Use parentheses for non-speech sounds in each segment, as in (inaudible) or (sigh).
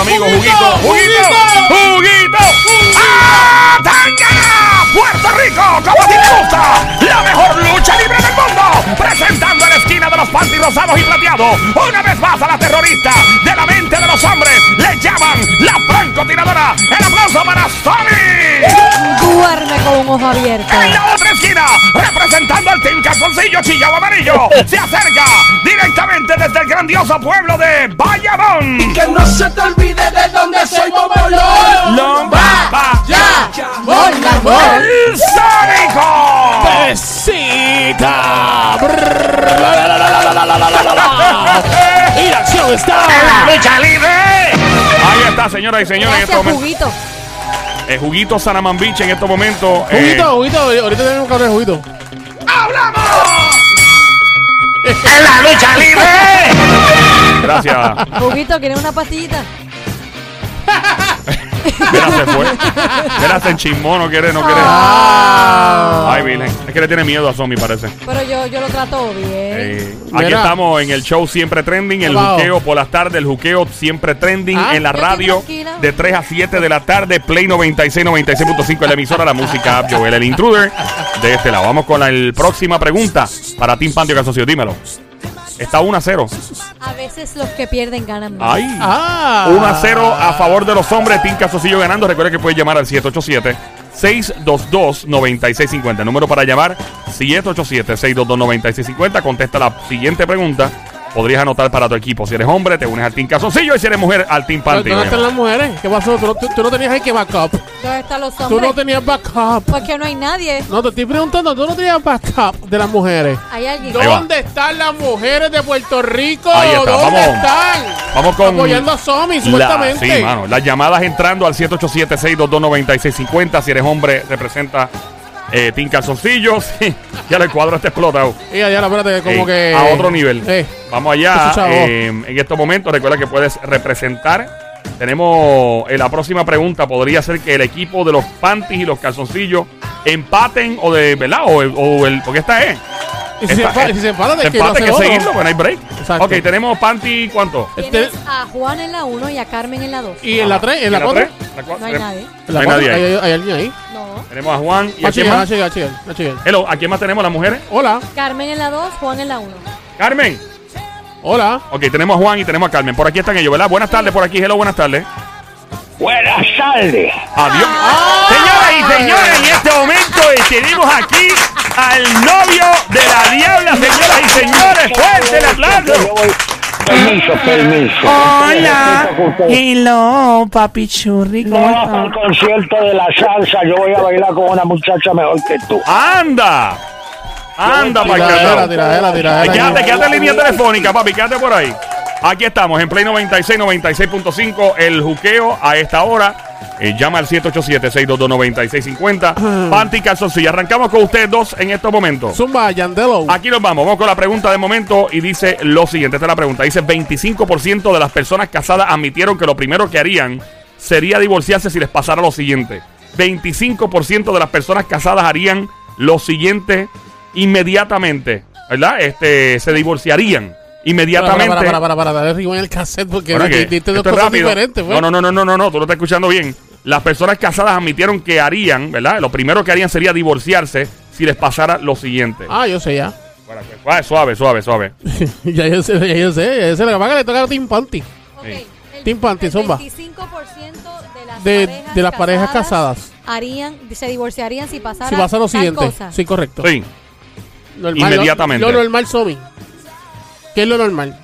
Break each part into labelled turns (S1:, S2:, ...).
S1: amigos. Juguito, juguito, juguito. ¡Ah, Tangana! Puerto Rico, como a ti te gusta. La mejor lucha libre del mundo. Presentando en la esquina de los panty rosados y plateados. Una vez más a la terrorista de la mente de los hombres. Le llaman la francotiradora. El aplauso para Sony.
S2: Duerme con un ojo abierto.
S1: En la otra esquina, representando al Team Calzoncillo Chillao Amarillo, se acerca directamente desde el grandioso pueblo de Bayamón.
S3: Que no se te olvide de dónde soy, Bobolón.
S1: ¡Lomba!
S3: Ya, voy, la voy.
S1: ¡El Sónico!
S4: Pesita. Y la acción está.
S1: ¡Lucha libre! Ahí está, señoras y señores. en
S2: Gracias,
S1: estos momentos.
S2: juguito.
S1: Eh, juguito Saramambich en estos momentos. eh,
S4: Juguito, juguito. Ahorita tenemos que hablar de juguito.
S1: ¡En la lucha libre! Gracias.
S2: Juguito, ¿quieres una pastillita?
S1: Mira, se (laughs) fue. Mira, se enchismó, no pues. quiere, no quiere. Ah. Ay, Virgen. Es que le tiene miedo a Zombie, parece.
S2: Pero yo, yo lo trato bien.
S1: Eh, aquí
S4: Mira.
S1: estamos en el show siempre trending, el
S4: Wow.
S1: juqueo por las tardes, el juqueo siempre trending
S4: Ah,
S1: en la
S2: yo estoy
S1: radio
S2: tranquila.
S1: de 3 a 7 de la tarde, Play 96, 96.5 en la emisora, la música app, Joel el intruder. De este lado, vamos con la el próxima pregunta para Tim Pantio Casocio, dímelo. Está 1 a 0.
S2: A veces los que pierden ganan más.
S1: Ay.
S4: Ah.
S1: 1 a 0 a favor de los hombres. Tim Casocillo ganando. Recuerda que puedes llamar al 787-622-9650. Número para llamar 787-622-9650. Contesta la siguiente pregunta. Podrías anotar para tu equipo. Si eres hombre, te unes al Team Casocillo. Y si eres mujer, al Team
S4: Pero
S1: Panty.
S4: ¿Dónde están las mujeres? ¿Qué pasó? Tú, no- tú- tú no tenías ahí que backup.
S2: ¿Dónde están los
S4: Tú
S2: hombres?
S4: no tenías backup.
S2: Porque no hay nadie.
S4: No, te estoy preguntando, tú no tenías backup de las mujeres.
S2: Hay alguien.
S1: Ahí va.
S4: ¿Dónde están las mujeres de Puerto Rico?
S1: Ahí está,
S4: ¿Dónde
S1: vamos.
S4: están?
S1: Vamos con-
S4: Apoyando a Somi,
S1: La-
S4: supuestamente.
S1: sí, mano. Las llamadas entrando al 787-622-9650. Si eres hombre, representa eh, Team Calzoncillo. (laughs) Sí, ya el cuadro está explotado.
S4: Y allá, espérate, como
S1: Ey,
S4: que.
S1: a otro nivel.
S4: Eh,
S1: Vamos allá.
S4: Eso, chavo.
S1: eh, en estos momentos, recuerda que puedes representar. Tenemos eh, la próxima pregunta. Podría ser que el equipo de los panties y los calzoncillos empaten o de, ¿verdad? O, el- o el, porque esta es.
S4: y si, se
S1: Esta-
S4: empata, si se empata,
S1: se
S4: hay que ir a
S1: empata, hay
S4: hacer
S1: que
S4: otro.
S1: seguirlo, bueno, hay break.
S4: Exacto.
S1: Ok, tenemos panty, ¿cuánto?
S4: Este-
S2: Tienes a Juan en la 1 y a Carmen en la 2.
S4: Y en la 3, en la 4.
S1: tres? ¿La cuatro?
S2: No hay
S1: Tenemos-
S2: nadie.
S1: No hay nadie ahí.
S4: Hay, hay alguien ahí.
S2: No.
S1: Tenemos a Juan y
S4: Va
S1: a
S4: a
S1: quién
S4: llegar, va a
S1: más.
S4: llegar, va a llegar, va a llegar.
S1: Hello, ¿a quién más tenemos? ¿Las mujeres?
S4: Hola,
S2: Carmen en la 2, Juan en la 1.
S1: Carmen.
S4: hola.
S1: Ok, tenemos a Juan y tenemos a Carmen. Por aquí están ellos, ¿verdad? Buenas tardes, por aquí. Hello, buenas tardes.
S5: Buenas tardes.
S1: Adiós. Señoras y señores, en este momento eh, tenemos aquí al novio de la diabla, señoras y señores. ¡Fuerte el aplauso!
S5: Permiso, permiso.
S6: Hola.
S5: Yo estoy con ustedes.
S6: Hello, papi churri, ¿cómo
S5: Vamos al
S6: estás?
S5: concierto de la salsa. Yo voy a bailar con una muchacha mejor que tú.
S1: ¡Anda! ¡Anda, para
S4: Tiradera,
S1: que
S4: tiradera,
S1: Ay,
S4: tiradera.
S1: Quédate, quédate en línea telefónica, papi, quédate por ahí. Aquí estamos, en Play 96, 96.5, el juqueo a esta hora. Eh, llama al 787-622-9650. Panty Calzoncillo. Arrancamos con ustedes dos en estos momentos.
S4: Zumba, Yandelo.
S1: Aquí nos vamos, vamos con la pregunta de momento y dice lo siguiente, esta es la pregunta, dice 25% de las personas casadas admitieron que lo primero que harían sería divorciarse si les pasara lo siguiente. 25% de las personas casadas harían lo siguiente inmediatamente, ¿verdad? Este, se divorciarían
S4: Para,
S1: inmediatamente.
S4: para, para, para, para, para, dale ritmo en el cassette porque
S1: Ahora que
S4: diste dos
S1: esto es
S4: cosas
S1: rápido.
S4: diferentes. pues. fue.
S1: No, no, no, no, no, no, no, tú no estás escuchando bien. Las personas casadas admitieron que harían, ¿verdad? Lo primero que harían sería divorciarse si les pasara lo siguiente.
S4: Ah, yo sé ya. (laughs)
S1: Bueno, pues, ah, suave, suave, suave.
S4: ya yo sé, ya yo sé. Ya yo sé. Lo que pasa es que le toca a Team Panty.
S2: Ok.
S1: Sí.
S2: El,
S4: Team Panty,
S2: el
S4: zumba.
S2: 25% de las,
S4: De-
S2: parejas,
S4: de las parejas casadas.
S2: harían, se divorciarían si pasara
S4: Si pasa lo
S2: tal
S4: siguiente.
S2: cosa.
S4: Sí, correcto.
S1: Sí.
S4: Normal,
S1: Inmediatamente.
S4: Lo, lo normal, Somi. ¿Qué es lo normal?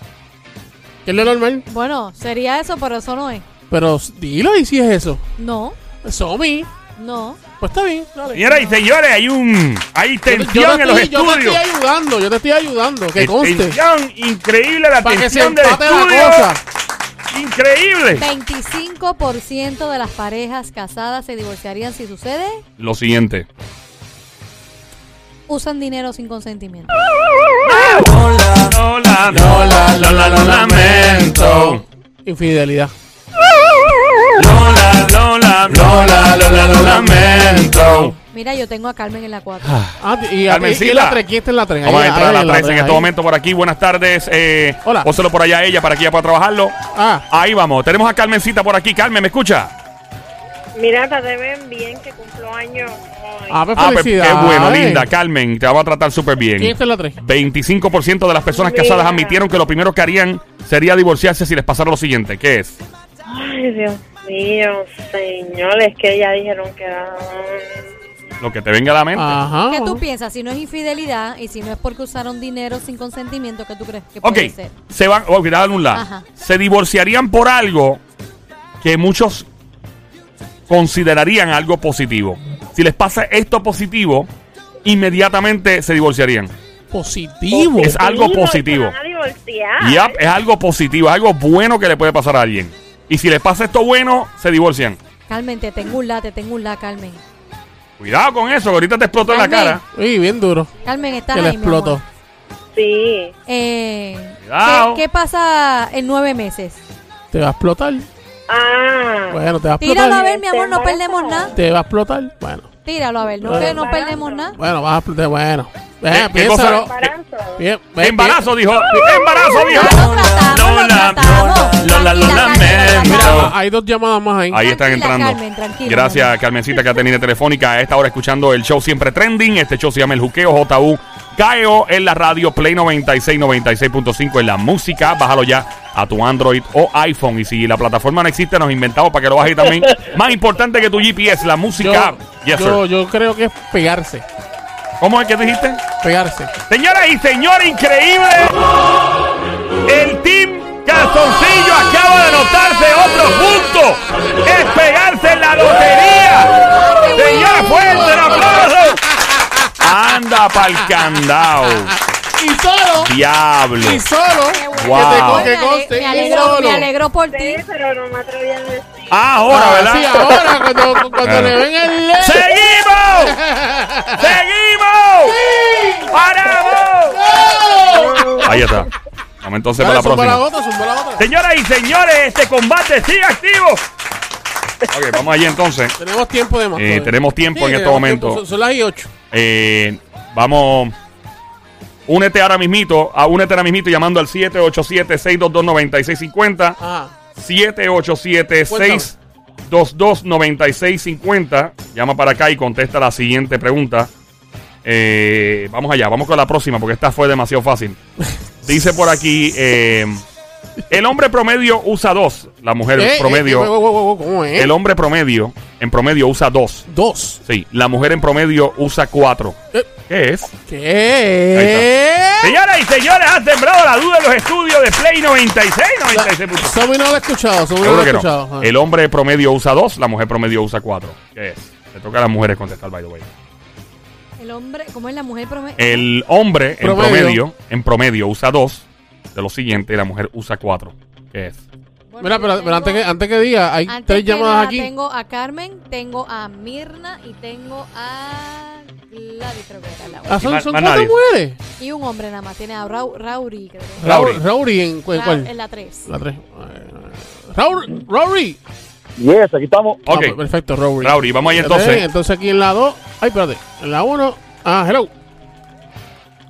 S4: ¿Qué es lo normal?
S2: Bueno, sería eso, pero eso no es.
S4: Pero s- dilo y si es eso.
S2: No,
S4: Somi.
S2: no.
S4: Pues está bien. Dale.
S1: Señoras y señores, hay un hay
S4: Yo te-
S1: tensión
S4: yo, te
S1: en los
S4: estoy, yo te
S1: estudios.
S4: estoy ayudando, yo te estoy ayudando. Que conste.
S1: Tensión increíble la
S4: Para que se
S1: tensión del
S4: empate la
S1: estudio.
S4: cosa.
S1: Increíble.
S2: 25% de las parejas casadas se divorciarían si sucede.
S1: Lo siguiente.
S2: Usan dinero sin consentimiento.
S1: Lola,
S4: Lola, Lola, lo lamento. Infidelidad.
S1: Lola, Lola, Lola, Lola, lo lamento.
S2: Mira, yo tengo a Carmen en la 4.
S4: Ah, y, y,
S1: Carmencita.
S4: y la 3, ¿quién está en la 3?
S1: Vamos a entrar a la 3 en este momento por aquí. Buenas tardes. Eh,
S4: Hola.
S1: Póselo por allá a ella para que ella pueda trabajarlo.
S4: Ah,
S1: Ahí vamos. Tenemos a Carmencita por aquí. Carmen, ¿me escucha?
S7: Mira, te ven bien que cumplo años. hoy.
S4: ah, pues
S1: Ah, pues,
S4: felicidades.
S1: qué bueno, linda. Carmen, te va a tratar súper bien.
S4: ¿Quién está en la 3?
S1: 25% de las personas
S7: Mira.
S1: casadas admitieron que lo primero que harían sería divorciarse si les pasara lo siguiente. ¿Qué es?
S7: Ay, Dios mío, señor, es que ya dijeron que era...
S1: Lo que te venga a la mente.
S4: Ajá.
S2: ¿Qué tú piensas? Si no es infidelidad y si no es porque usaron dinero sin consentimiento, ¿qué tú crees que
S1: Ok,
S2: puede ser?
S1: se van, ok, dale un lado.
S2: Ajá.
S1: Se divorciarían por algo que muchos considerarían algo positivo. Si les pasa esto positivo, inmediatamente se divorciarían.
S4: Positivo.
S1: Es algo
S7: Sí,
S1: positivo.
S7: Se van a
S2: Ah.
S7: divorciar.
S1: Yep, es algo positivo, es algo bueno que le puede pasar a alguien. Y si les pasa esto bueno, se divorcian.
S2: Carmen, te tengo un la, te tengo un la, Carmen.
S1: Cuidado con eso, que ahorita te explotó en la
S2: Carmen.
S1: cara.
S4: Uy, bien duro.
S2: Carmen, estás
S4: Que le
S2: ahí, mi amor.
S4: explotó.
S7: Sí.
S2: Eh, ¿qué,
S1: Cuidado.
S2: qué pasa en nueve meses?
S4: Te va a explotar.
S7: Ah.
S4: Bueno, te va a
S2: Tíralo a
S4: explotar.
S2: ver, mi amor, no
S7: Te
S2: perdemos
S7: embarazas.
S2: nada.
S4: Te va a explotar. Bueno,
S2: Tíralo a ver, no,
S4: Bueno.
S2: que no perdemos nada.
S4: bueno, vas a explotar. Bueno. Eh,
S1: ¿Qué- qué cosa?
S4: piénsalo.
S7: Embarazo.
S4: Bien, bien,
S1: Embarazo, dijo. Embarazo, dijo.
S2: Lo tratamos, lo
S1: Lola,
S2: tratamos.
S1: Lola, lo
S2: Tranquila, Carmen, lo
S1: lamento.
S4: bien. Hay dos llamadas más ahí.
S1: Ahí están
S2: Tranquila,
S1: entrando.
S2: Carmen, tranquila,
S1: Gracias,
S2: mamá.
S1: Carmencita, que ha tenido telefónica. A esta hora escuchando el show siempre trending. Este show se llama El Juqueo, JU. KEO E en la radio Play 96, 96.5 en la música. Bájalo ya a tu Android o iPhone. Y si la plataforma no existe, nos inventamos para que lo bajes (laughs) también. Más importante que tu GPS, la
S4: Yo,
S1: música. yes,
S4: yo,
S1: sir.
S4: yo creo que es pegarse.
S1: ¿Cómo es que dijiste?
S4: Pegarse.
S1: Señoras y señores, increíble. El Team Calzoncillo acaba de anotarse otro punto. Es pegarse en la lotería. Señora, fuerte el aplauso. Anda pa'l candao.
S4: Y solo.
S1: Diablo.
S4: Y solo.
S1: Wow.
S4: Que te
S2: Me ale-
S4: conste.
S2: me
S4: y
S2: alegro,
S4: solo.
S2: me alegro por ti.
S7: Sí, pero no me atreví a decir.
S1: Ah, Ahora,
S4: Ah, sí,
S1: ¿verdad?
S4: ahora, cuando, cuando le ven el LED.
S1: ¡Seguimos! ¡Seguimos! ¡Paramos! Ahí está. Vamos entonces para la
S4: Dale, zumba
S1: próxima.
S4: la otra, zumba la otra.
S1: Señoras y señores, este combate sigue activo. Ok, vamos allí entonces.
S4: Tenemos tiempo de más.
S1: Eh,
S4: todavía.
S1: tenemos tiempo en este
S4: tenemos
S1: momento.
S4: tiempo. Son, son las 8.
S1: Eh, vamos. Únete ahora mismito, a únete ahora mismito llamando al 787-622-9650.
S4: Ajá.
S1: 787-622-9650. Llama para acá y contesta la siguiente pregunta. Eh, vamos allá, vamos con la próxima porque esta fue demasiado fácil. Dice por aquí, eh, el hombre promedio usa dos, la mujer
S4: Eh, eh,
S1: promedio.
S4: eh, wow, wow, wow, ¿Cómo es?
S1: El hombre promedio, en promedio, usa dos.
S4: Dos.
S1: Sí, la mujer en promedio usa cuatro.
S4: Eh,
S1: ¿Qué es?
S4: ¿Qué?
S1: Señoras y señores, han temblado la duda en los estudios de Play 96, 96. punto-
S4: Somi no lo ha escuchado. Somi no lo
S1: Seguro
S4: ha
S1: que
S4: escuchado.
S1: no.
S4: Ajá.
S1: El hombre promedio usa dos, la mujer promedio usa cuatro. ¿Qué es? Le toca a las mujeres contestar, by the way.
S2: El hombre, ¿cómo es la mujer promedio?
S1: El hombre en
S4: Promedio.
S1: promedio, en promedio usa dos de lo siguiente y la mujer usa cuatro. ¿Qué es?
S2: Bueno,
S4: Mira,
S2: yo
S4: pero, pero
S2: tengo-
S4: antes, que, antes que diga, hay
S2: antes
S4: tres
S2: que nada,
S4: llamadas aquí.
S2: Tengo a Carmen, tengo a Mirna y tengo a Gladys, creo que era la otra.
S4: Ah, son,
S1: más-
S4: son
S1: más
S4: cuatro
S1: nadie.
S4: mujeres.
S2: Y un hombre nada más, tiene a Rau- Rauri, creo. que era.
S1: Rauri.
S4: Rauri. Rauri, ¿en, cu- en
S2: Ra-
S4: cuál?
S2: En la 3.
S4: La tres. Eh, Rauri. Rauri.
S5: Yes, aquí estamos.
S1: Ok,
S4: Ah, perfecto, Rauri.
S1: Rauri, vamos ahí
S4: Espérate,
S1: entonces.
S4: entonces aquí en la 2. Ay, espérate. En la 1. Ah, hello.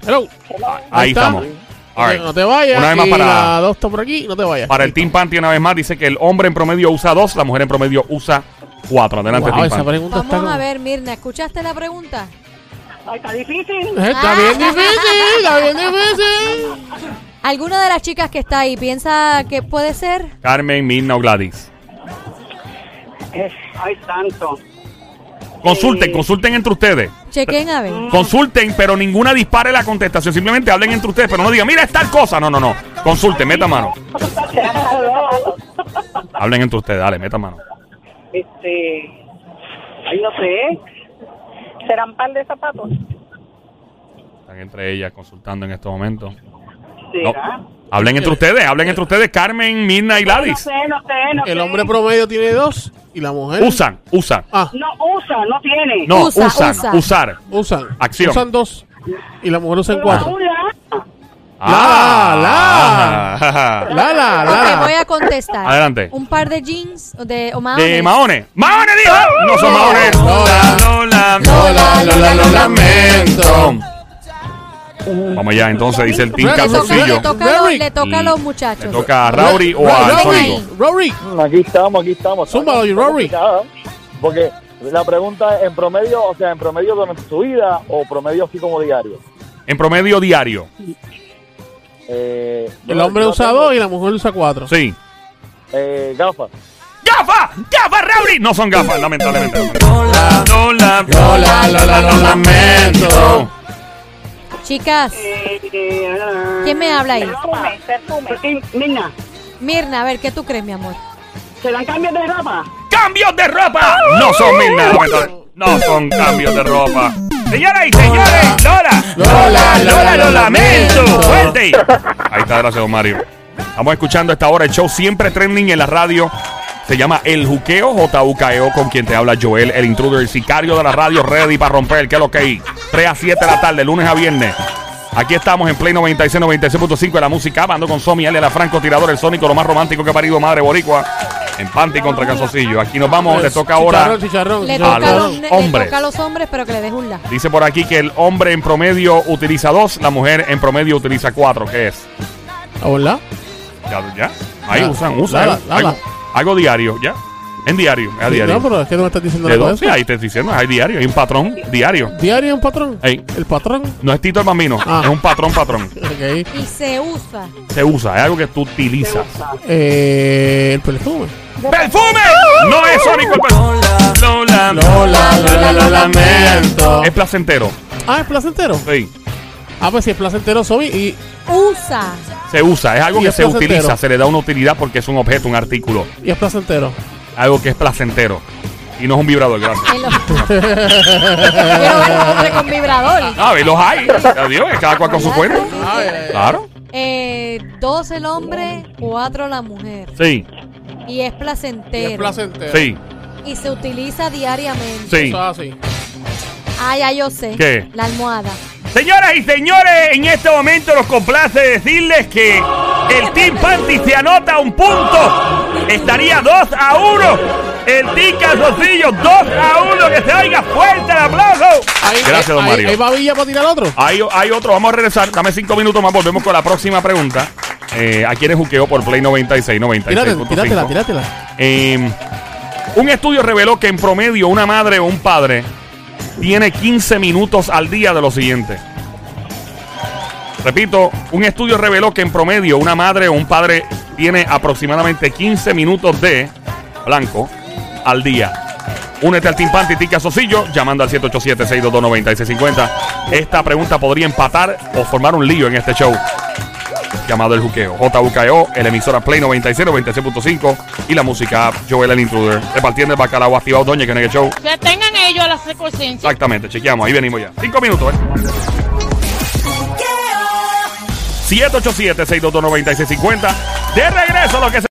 S4: Hello.
S1: Ah, Ahí estamos. All right.
S4: No te vayas.
S1: Una vez más
S4: y
S1: para-
S4: La 2 está por aquí. No te vayas.
S1: Para el Team Panty, una vez más, dice que el hombre en promedio usa dos, la mujer en promedio usa cuatro. Adelante,
S4: Wow,
S1: Team
S4: esa
S1: Panty.
S4: pregunta
S2: Vamos
S4: está como-
S2: a ver, Mirna, ¿escuchaste la pregunta?
S7: Ay, está difícil.
S4: Está
S2: Ah.
S4: bien difícil, está bien difícil.
S2: ¿Alguna de las chicas que está ahí piensa que puede ser?
S1: Carmen, Mirna o Gladys.
S7: Eh, Ay, tanto.
S1: Consulten, consulten entre ustedes.
S2: Chequen a ver.
S1: Consulten, pero ninguna dispare la contestación. Simplemente hablen entre ustedes, pero no digan, mira, es tal cosa. No, no, no. Consulten, meta mano. Hablen entre ustedes, dale, meta mano.
S7: (laughs) Este. Ay, no sé. ¿Serán par de zapatos?
S1: Están entre ellas consultando en este momento. No.
S7: ¿Será?
S1: Hablen entre ustedes, hablen entre ustedes, Carmen, Mirna y
S7: No
S1: Gladys.
S7: sé, no sé, no
S4: El
S7: sé.
S4: hombre promedio tiene dos y la mujer.
S1: Usan, usan.
S4: Ah,
S7: No usa, no tiene.
S1: No,
S2: Usa,
S1: usan,
S2: usa.
S1: usar.
S4: usan.
S1: Acción.
S4: Usan dos y la mujer usa
S7: No
S4: cuatro.
S7: usa.
S1: Ah.
S4: La, la, la,
S2: Ok,
S4: la.
S2: voy a contestar.
S1: Adelante.
S2: Un par de jeans de o maones.
S1: De Mahone. Mahone dijo. No son Mahone.
S4: Lola,
S1: Lola,
S4: Lola, Lola, lo lamento.
S1: Vamos allá, entonces dice el Team
S4: Bueno,
S2: Le toca,
S1: Catorcillo.
S2: le toca, lo-
S4: Merrick.
S2: le toca a los muchachos.
S1: Le toca a Rauri o
S4: Ra-
S1: a
S4: Ra-
S2: Rory.
S1: Zónico.
S4: Rory, Rory,
S5: Mm, Aquí estamos, aquí estamos.
S4: Zúmbalo,
S5: Estamos
S4: Rory.
S5: complicadas, Porque la pregunta en promedio, o sea, en promedio durante su vida o promedio así como diario.
S1: En promedio diario.
S5: Eh,
S4: el
S5: yo-
S4: hombre
S5: yo
S4: usa
S5: tengo,
S4: dos y la mujer usa cuatro.
S1: Sí.
S5: Eh, gafas.
S1: ¡Gafa! ¡Gafa, Rauri! No son gafas, lamentablemente.
S4: Lola,
S1: Lola,
S4: Lola, Lola, lo lamento.
S2: Chicas, ¿quién me habla ahí?
S7: Eh, Perfume, perfume. Mina,
S2: Mirna, a ver, ¿qué tú crees, mi amor?
S7: ¿serán cambios de ropa?
S1: ¡Cambios de ropa! No son Mirna, lamentablemente. No son cambios de ropa. Señoras y señores, Lola.
S4: Lola, Lola, lo lamento.
S1: ¡Fuerte! (laughs) Ahí está, gracias, don Mario. Estamos escuchando a esta hora el show siempre trending en la radio. Se llama El Juqueo, J.U.K.E.O., E con quien te habla Joel, el intruder, el sicario de la radio, ready para romper, que es lo que hay. 3 a 7 de la tarde, lunes a viernes. Aquí estamos en Play 96, 96.5 de la música, Mando con Somi, Ale, la francotiradora, el sónico, lo más romántico que ha parido Madre Boricua, en Panty contra Casocillo. Aquí nos vamos, le toca ahora...
S4: Pues, Chicharrón, chicharrón,
S2: Le
S4: chicharrón.
S2: toca, a los,
S1: los
S2: ne- le
S1: hombres.
S2: toca a los hombres, pero que le des un la.
S1: Dice por aquí que el hombre en promedio utiliza dos, la mujer en promedio utiliza cuatro, ¿qué es?
S4: Hola.
S1: Ya, ya. Ahí
S4: Lava,
S1: usan, usan.
S4: lava,
S1: algo,
S4: lava.
S1: algo diario, ya. En diario, a
S4: Sí,
S1: diario.
S4: No, pero es que no me estás diciendo
S1: De
S4: nada de
S1: dos, sí,
S4: eso.
S1: ahí te estoy diciendo, hay diario, hay un patrón diario.
S4: Diario un patrón.
S1: Ey.
S4: El patrón.
S1: No es Tito el Bambino,
S4: Ah.
S1: es un patrón, patrón.
S4: Ok.
S2: Y se usa.
S1: Se usa, es algo que tú utilizas.
S4: Eh, el perfume.
S1: ¡Perfume! No es Sónico el perfume. Lola,
S4: Lola, Lola, lo lamento.
S1: Es placentero.
S4: Ah, es placentero.
S1: Sí.
S4: Ah, pues si es placentero, soy y
S2: Usa.
S1: Se usa, es algo
S4: Y
S1: que
S4: es
S1: se
S4: placentero.
S1: utiliza, se le da una utilidad porque es un objeto, un artículo.
S4: Y es placentero.
S1: Algo que es placentero. Y no es un vibrador, gracias.
S2: En
S1: (laughs)
S2: los- Quiero ver un hombre con vibrador.
S1: A ver, los Ah, hay. Adiós, cada cual con su cuerpo. Claro.
S2: Eh, dos el hombre, cuatro la mujer.
S1: Sí,
S2: Y
S4: Y
S2: es
S4: es
S2: placentero.
S4: placentero.
S1: sí,
S2: Y se utiliza diariamente.
S1: sí.
S4: Eso es así.
S2: Ah, ya yo sé.
S1: ¿Qué?
S2: La almohada.
S1: Señoras y señores, en este momento nos complace decirles que el Team Panty se anota un punto. Estaría 2 a 1. El Team Calzoncillo 2 a 1. Que se oiga fuerte el aplauso.
S4: Ahí- eh,
S1: Gracias, don
S4: ahí-
S1: Mario. Ah,
S4: Ahí va Villa para tirar otro.
S1: Hay, hay otro, vamos a regresar. Dame cinco minutos más, volvemos con la próxima pregunta. Eh, aquí en el juqueo por Play 96, 96.
S4: Tírate, tíratela, tíratela.
S1: Eh, un estudio reveló que en promedio una madre o un padre tiene 15 minutos al día de lo siguiente. Repito, un estudio reveló que en promedio una madre o un padre tiene aproximadamente 15 minutos de blanco al día. Únete al Team Panty, Tica Sosillo, llamando al 787-622-9650. Esta pregunta podría empatar o formar un lío en este show llamado El Juqueo. JUKEO, E el emisora Play 96, 96.5 y la música app Joel el Intruder. Repartiendo el bacalao activado, Doña que no hay que show.
S8: Que tengan ellos la secuencia.
S1: Exactamente, chequeamos, ahí venimos ya. Cinco minutos, ¿eh? 787-622-9650. De regreso, lo que se.